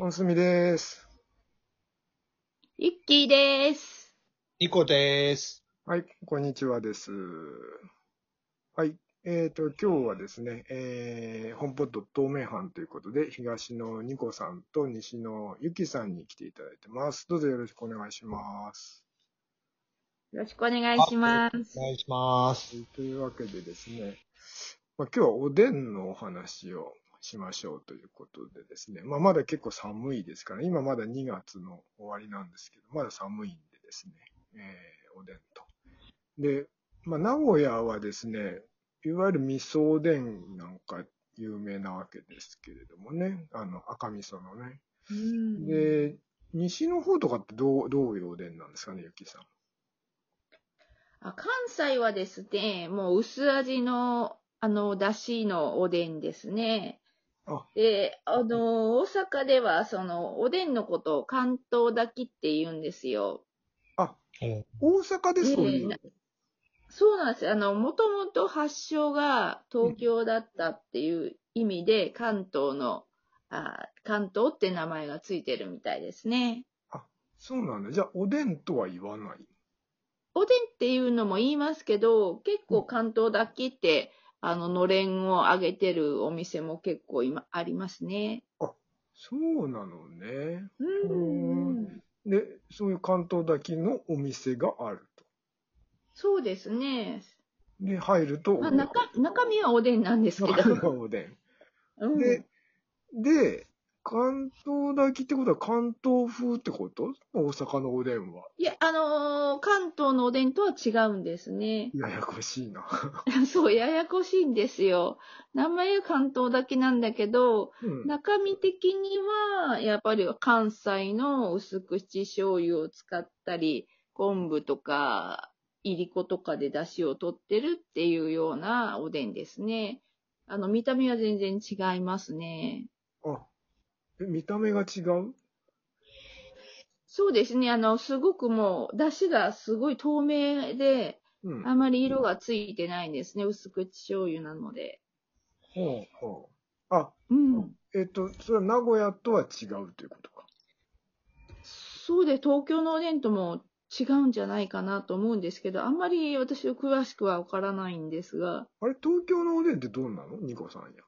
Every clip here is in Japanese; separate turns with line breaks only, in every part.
おすみです。
ゆっきーです。
ニコです。
はい、こんにちはです。はい、えっ、と、今日はですね、えー、本ポッド透明版ということで、東のニコさんと西のゆきさんに来ていただいてます。どうぞよろしくお願いします。
よろしくお願いします
お。願いします。
というわけでですね、まあ、今日はおでんのお話をしましょうということでですね、まあ、まだ結構寒いですから、今まだ2月の終わりなんですけど、まだ寒いんでですね、えーおでんと。で、まあ、名古屋はですね、いわゆる味噌おでんなんか有名なわけですけれどもね、あの赤味噌のね。
うん
で、西の方とかってどうどういうおでんなんですかね、ゆきさん。
あ関西はですね、もう薄味の、あの、だしのおでんですね
あ。
で、あの、大阪では、その、おでんのことを関東炊きって言うんですよ。
大阪でそういう。
ええそうなんですよ。あの、もともと発祥が東京だったっていう意味で、関東の、あ関東って名前がついてるみたいですね。
そうなんだ。じゃあ、おでんとは言わない。
おでんっていうのも言いますけど、結構関東だけって、あの、のれんをあげてるお店も結構今ありますね。
そうなのね。
う
う。で、そういう関東だけのお店があると。
そうですね。
で、入るとお
ま
で
あ、
ん、
中、中身はおでんなんです け
中身
ど。
はおで。
うんん
で、で、関東炊きってことは関東風ってこと大阪のおでんは。
いや、あのー関東のおでんとは違うんです ね。
ややこしいな。
そう、ややこしいんですよ。名前は関東だけなんだけど、
うん。
中身的には、やっぱり関西の薄口醤油を使ったり、昆布とか、いりことかで出汁を取ってるっていうようなおでんですね。あの、見た目は全然違いますね。
あ、え見た目が違う
そうですね。あの、すごくもう、出汁がすごい透明で、
うん。
あまり色がついてないんですね。薄口醤油なので。
ほうほう。あ、
うん。
えっと、それは名古屋とは違うということか。
そうで、東京のおでんとも違うんじゃないかなと思うんですけど、あんまり私は詳しくはわからないんですが、
あれ、東京のおでんってどうなのニコさんや。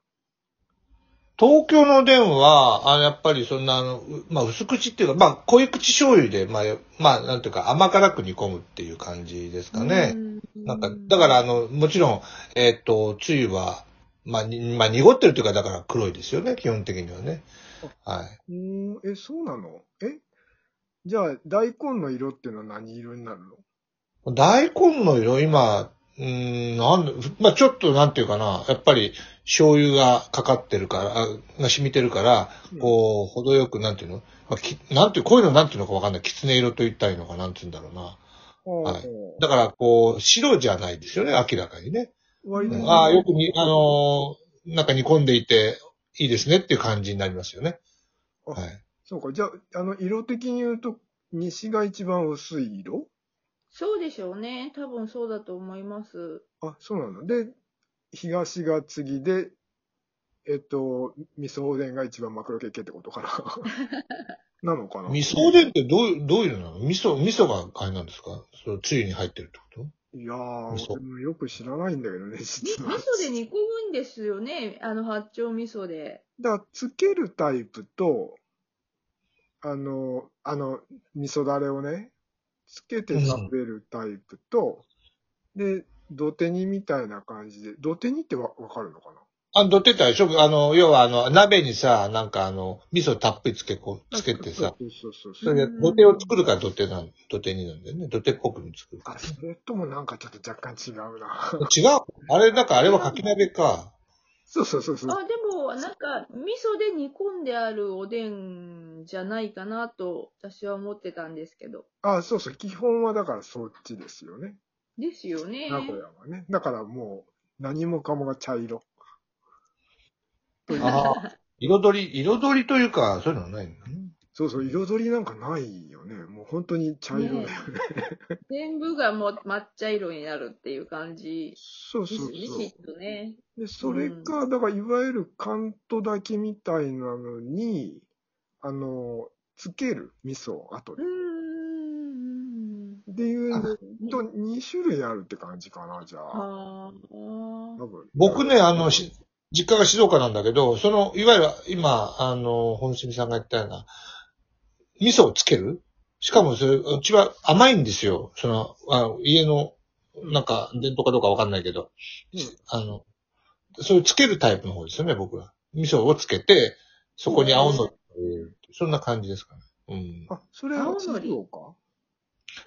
東京のおでんは、あのやっぱりそんな、あの、うまあ、薄口っていうか、まあ、濃い口醤油で、まあ、まあ、なんていうか、甘辛く煮込むっていう感じですかね。
う
なんか、だから、あの、もちろん、えっ、と、つゆは、まあ、にまあ、濁ってるというか、だから黒いですよね、基本的にはね。は
う
い。
ーん、え、そうなのえじゃあ、大根の色っていうのは何色になるの
大根の色、今、うーん、なんだまあ、ちょっとなんていうかな、やっぱり醤油がかかってるから、あが染みてるから、こう、程よく、なんていうの、まあ、きなんていう、こういうのなんていうのかわかんない。狐色と言ったらいいのか、なんていうんだろうな。
うん、
はい
あー
だから、こう、白じゃないですよね、明らかにね。
割と、
うん
ああ、よくに、あのーなんか煮込んでいて、いいですねっていう感じになりますよね。
あ
はい。
そうか、じゃあ、あの、色的に言うと、西が一番薄い色
そうでしょうね。多分そうだと思い ます。
あ、そうなの。で、東が次で、えっと、味噌おでんが一番マクロ系系ってことか な。なのかな
味噌おでんってどういう、どういうのなの味噌、味噌があれなんですかそのつゆに入ってるってこと
いやー、
味噌
俺もよく知らないんだけどね、実は
味。噌で煮込むんですよね。あの、八丁味噌で。
だからつけるタイプと、あの、あの、味噌だれをね、つけて食べるタイプと、で、土手煮みたいな感じで、土手煮ってわわかるのか
あ、どってたでしょあの、要はあの、鍋にさ、なんかあの、味噌たっぷりつけ、こう、
な
つけてさ、。
そうそうそうそ。
そうれ
う
で、
ん
土手を作るから土手なん、土手になんだよね。土手っぽく作る。
あ、それともなんかちょっと若干違うな。
違うあれ、なんかあれはかき鍋か。
そうそうそうそ
あ、
う。
でも、なんか、味噌で煮込んであるおでんじゃないかなと、私は思ってたんですけど。
あ、そうそう。基本はだからそっちですよね。
ですよね。
名古屋はね。だからもう、何もかもが茶色。
ああ。彩り、彩りというか、そういうのはないんだね。
そうそう。彩りなんかないよね。もう本当に茶色だよね。
ね全部がもう抹茶色になるっていう感じ
そう
で
そうそ
すよね、
う
きっ。とね。
で、それが、だから、いわゆるカントだけみたいなのに、あの、つける味噌を後で。
うーん。
っていうの
ね
と2種類あるって感じかな、じゃあ。
あ
多
ー
分
僕ね、あの、し実家が静岡なんだけど、その、いわゆる今、あの、本住さんが言ったような、味噌をつけるしかもそれ、うちは甘いんですよ。その、あ家の、なんか、伝統かどうかわかんないけど、
うん
あの、そういうつけるタイプの方ですよね、僕は。味噌をつけて、そこに青のりを入れるそんな感じですかね。うん。
あ、それ
青
は
のり
静岡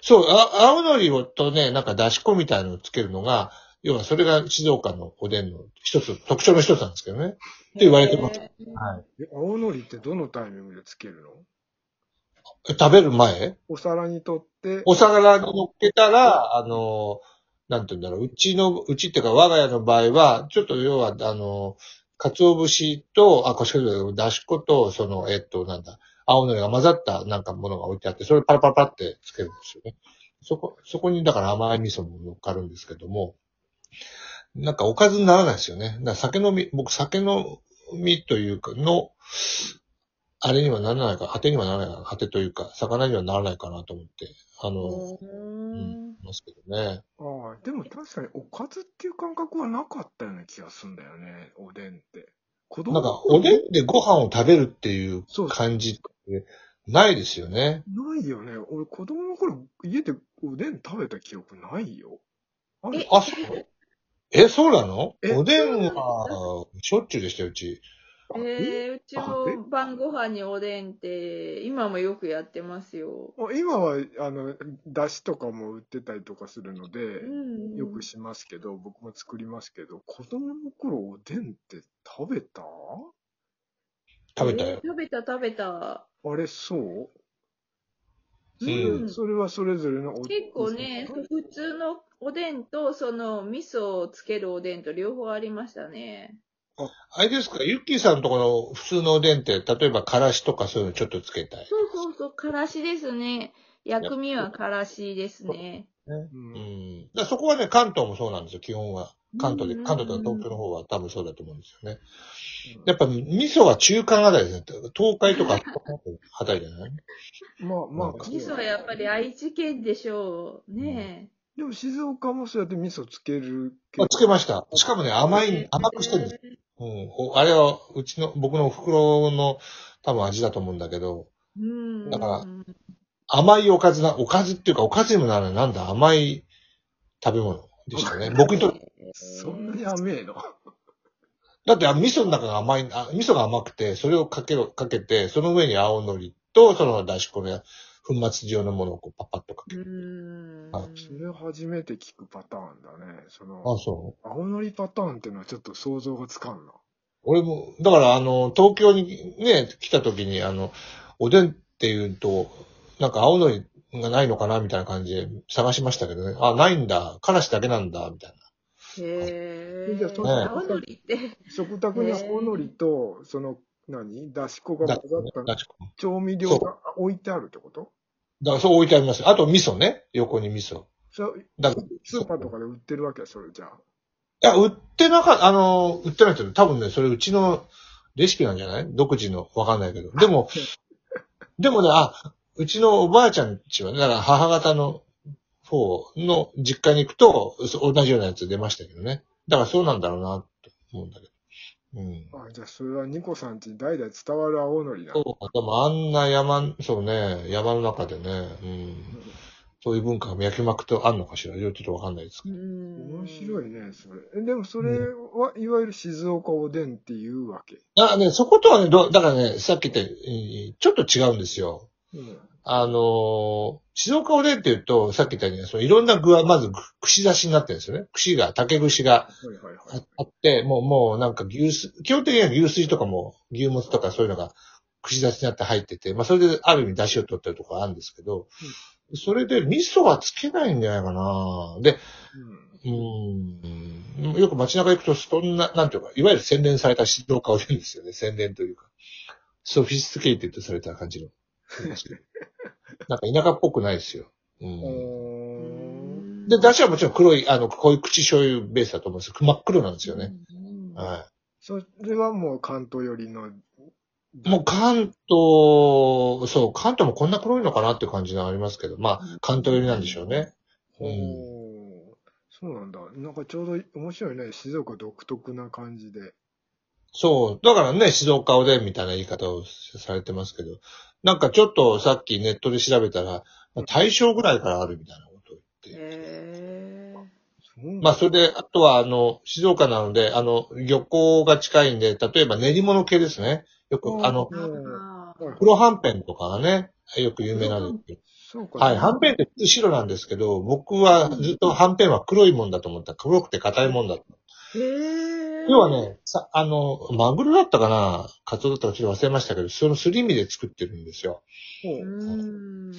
そう、あ青のりをとね、なんか出し粉みたいのをつけるのが、要はそれが静岡のおでんの一つ、特徴の一つなんですけどね。って言われてます。
へー
はい。
え青のりってどのタイミングでつけるの
食べる前
お皿にとって、
お皿に乗っけたら、あの、なんて言うんだろう、うちの、うちっていうか我が家の場合は、ちょっと要は、あの、鰹節と、あ、こしかけだし粉と、その、えっと、なんだ、青のりが混ざったなんかものが置いてあって、それをパラパラパラってつけるんですよね。そこ、そこにだから甘い味噌も乗っかるんですけども、なんかおかずにならないですよね。だから酒飲み、僕酒飲みというか、の、あれにはならないか、果てにはならないかな、果てというか、魚にはならないかなと思って、あの、
うん
ますけどね。
ああ、でも確かにおかずっていう感覚はなかったような気がするんだよね、おでんって。子供
なんか、おでんでご飯を食べるっていう
そう
感じってないですよね。
ないよね。俺、子供の頃、家でおでん食べた記憶ないよ。ある
え
あ、そうえ、そうなの
え
おでんは、しょっちゅうでしたよ、うち。
あ
えー、うち
あえ
も晩ご飯におでんって、今もよくやってますよ。
あ今は、あの、だしとかも売ってたりとかするので、
うん
よくしますけど、僕も作りますけど、子供の頃、おでんって食べた
食べた
えー
よ。
食べた食べた。
あれ、そう
う
それ,、
ん、
それはそれぞれのお
結構ね、普通のおでんと、その味噌をつけるおでんと両方ありましたね。
あれですか、ユッキーさんのところの普通のおでんって、例えば、からしとかそういうのちょっとつけたい。
そうそうそう、からしですね。薬味はからしですね。
う、
うんん。だからそこはね、関東もそうなんですよ、基本は。関東
う
で、
ん
関東とか東京の方は多分そうだと思うんですよね。やっぱ、味噌は中間あたりですね。東海とか、あたりじゃない
まあまあ、
味噌はやっぱり愛知県でしょうね。
でも静岡もそうやって味噌つけるけ
あ
ど
つけました。しかもね、甘い、甘くしてるんです。うん。おあれは、うちの、僕のお袋の多分味だと思うんだけど、
うん。
だから甘いおかずな、おかずっていうか、おかずにもならない、なんだ、甘い食べ物でしたね。僕にとって、
そんなに甘えの。
だってあ味噌の中が甘い、あ味噌が甘くて、それをかけろ、かけて、その上に青のりと、そのだし粉の粉末状のものをこうパッパッとかけ
う
る。
ん。
あ
それ初めて聞くパターンだね。そ
あ、
の、
そう。
青のりパターンっていうのはちょっと想像がつかんな。
俺も、だからあの、東京にね、来た時に、あの、おでんっていうと、なんか青のりがないのかなみたいな感じで探しましたけどね。あ、ないんだ。からしだけなんだ。みたい
へ
じゃあ
ぇ
そ
ー。
う
だね
青のりって。
食卓に青のりと、その、何だし粉が
な。だ
混ざった
だちこ
調味料が置いてあるってこと
だからそう置いてあります。あと味噌ね。横に味噌。
それ
だから
スーパーとかで売ってるわけや、それじゃあ。
いや、売ってなか、あの、売ってないけど、多分ね、それうちのレシピなんじゃない独自の、わかんないけど。でも、 でもね、あ、うちのおばあちゃんちはね、だから母方の方の実家に行くと、そ同じようなやつ出ましたけどね。だからそうなんだろうな、と思うんだけど。うん。
あじゃあそれはニコさんちに代々伝わる青のりだ。
そうか、でもあんな山、そうね、山の中でね、うん。そういう文化が脈々とあんのかしら。いろいろちょっとわかんないですけ
面
面
白いね、それ。えでもそれは、いわゆる静岡おでんっていうわけ。
ど。だからね、そことはね、どだからね、さっき言ったように、ちょっと違うんですよ。
うん。
あのー静岡おでんって言うと、さっき言ったように、そのいろんな具はまずく串刺しになってるんですよね。串が、竹串
は
が
いはいは
あ
い。
あって、もう、もうなんか牛す、基本的には牛すじとかも、牛もつとかそういうのが串刺しになって入ってて、まあそれである意味出汁を取ってるとこあるんですけど、それで味噌はつけないんじゃないかなで、
うん。
うーん、よく街中行くと、そんな、なんていうか、いわゆる洗練された静岡おでんですよね。洗練というか。ソフィスティケイテッドされた感じの。なんか田舎っぽくないですよ。うん。
お
で、出汁はもちろん黒い、あの、こういう口醤油ベースだと思うんですけど、真っ黒なんですよね。
うん。
は
それはもう関東寄りの
もう関東、そう、関東もこんな黒いのかなっていう感じがありますけど、まあ、関東寄りなんでしょうね。
ほうそうなんだ。なんかちょうど面白いね。静岡独特な感じで。
そう。だからね、静岡おでんみたいな言い方をされてますけど、なんかちょっとさっきネットで調べたら、大正ぐらいからあるみたいなことを言って。
へ
そうなんだ
まあ、それで、あとは、あの、静岡なので、あの、漁港が近いんで、例えば練り物系ですね。よく、あの、
ーあー
黒はんぺんとかがね、よく有名なんですけど。
そうか。
はい、はんぺんって普通白なんですけど、僕はずっとはんぺんは黒いもんだと思った。黒くて硬いもんだと。
へー
要は、ね、さ、あの、マグロだったかなカツオだったかちょっと忘れましたけど、そのすり身で作ってるんですよ。
ほ
う
う。
ん。
だ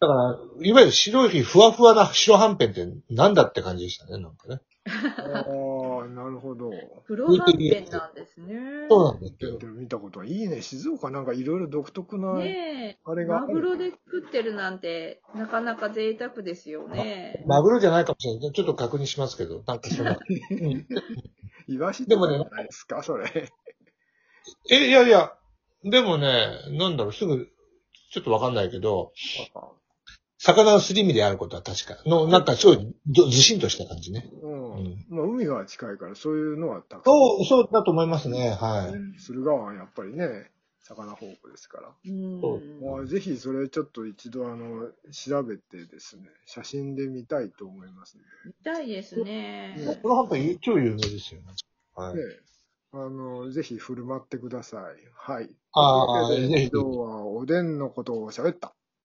から、いわゆる白いふわふわな白はんぺんってなんだって感じでしたね、なんかね。
ああ、なるほど。
黒はんぺんなんですね。
そうなんですけど
で。見たことはいいね。静岡なんかいろいろ独特な、
ね
あ
え、
れがあ
マ
る。
グロで作ってるなんて、なかなか贅沢ですよね。
マグロじゃないかもしれない。ちょっと確認しますけど、なんかそんな。
イワシ
で
と
も
か
ね
じゃないですか、そ れ。
え、いやいや、でもね、なんだろう、すぐ、ちょっとわかんないけど、魚のすり身であることは確か。の、なんかすごい、どずしんとした感じね。
うん。
うん
まあ、海が近いから、そういうのはたくさん。
そう、そうだと思いますね。は
う
い。
ん
駿河湾やっぱりね、魚宝庫ですから。
うん
そう
まあ、ぜひそれちょっと一度あの調べてですね、写真で見たいと思いますね。
見たいですね。
この半端超有名ですよね。はい
ね。あのぜひ振る舞ってください。はい。
ああ、
というわけで
ぜひぜひ
今日はおでんのことを喋った。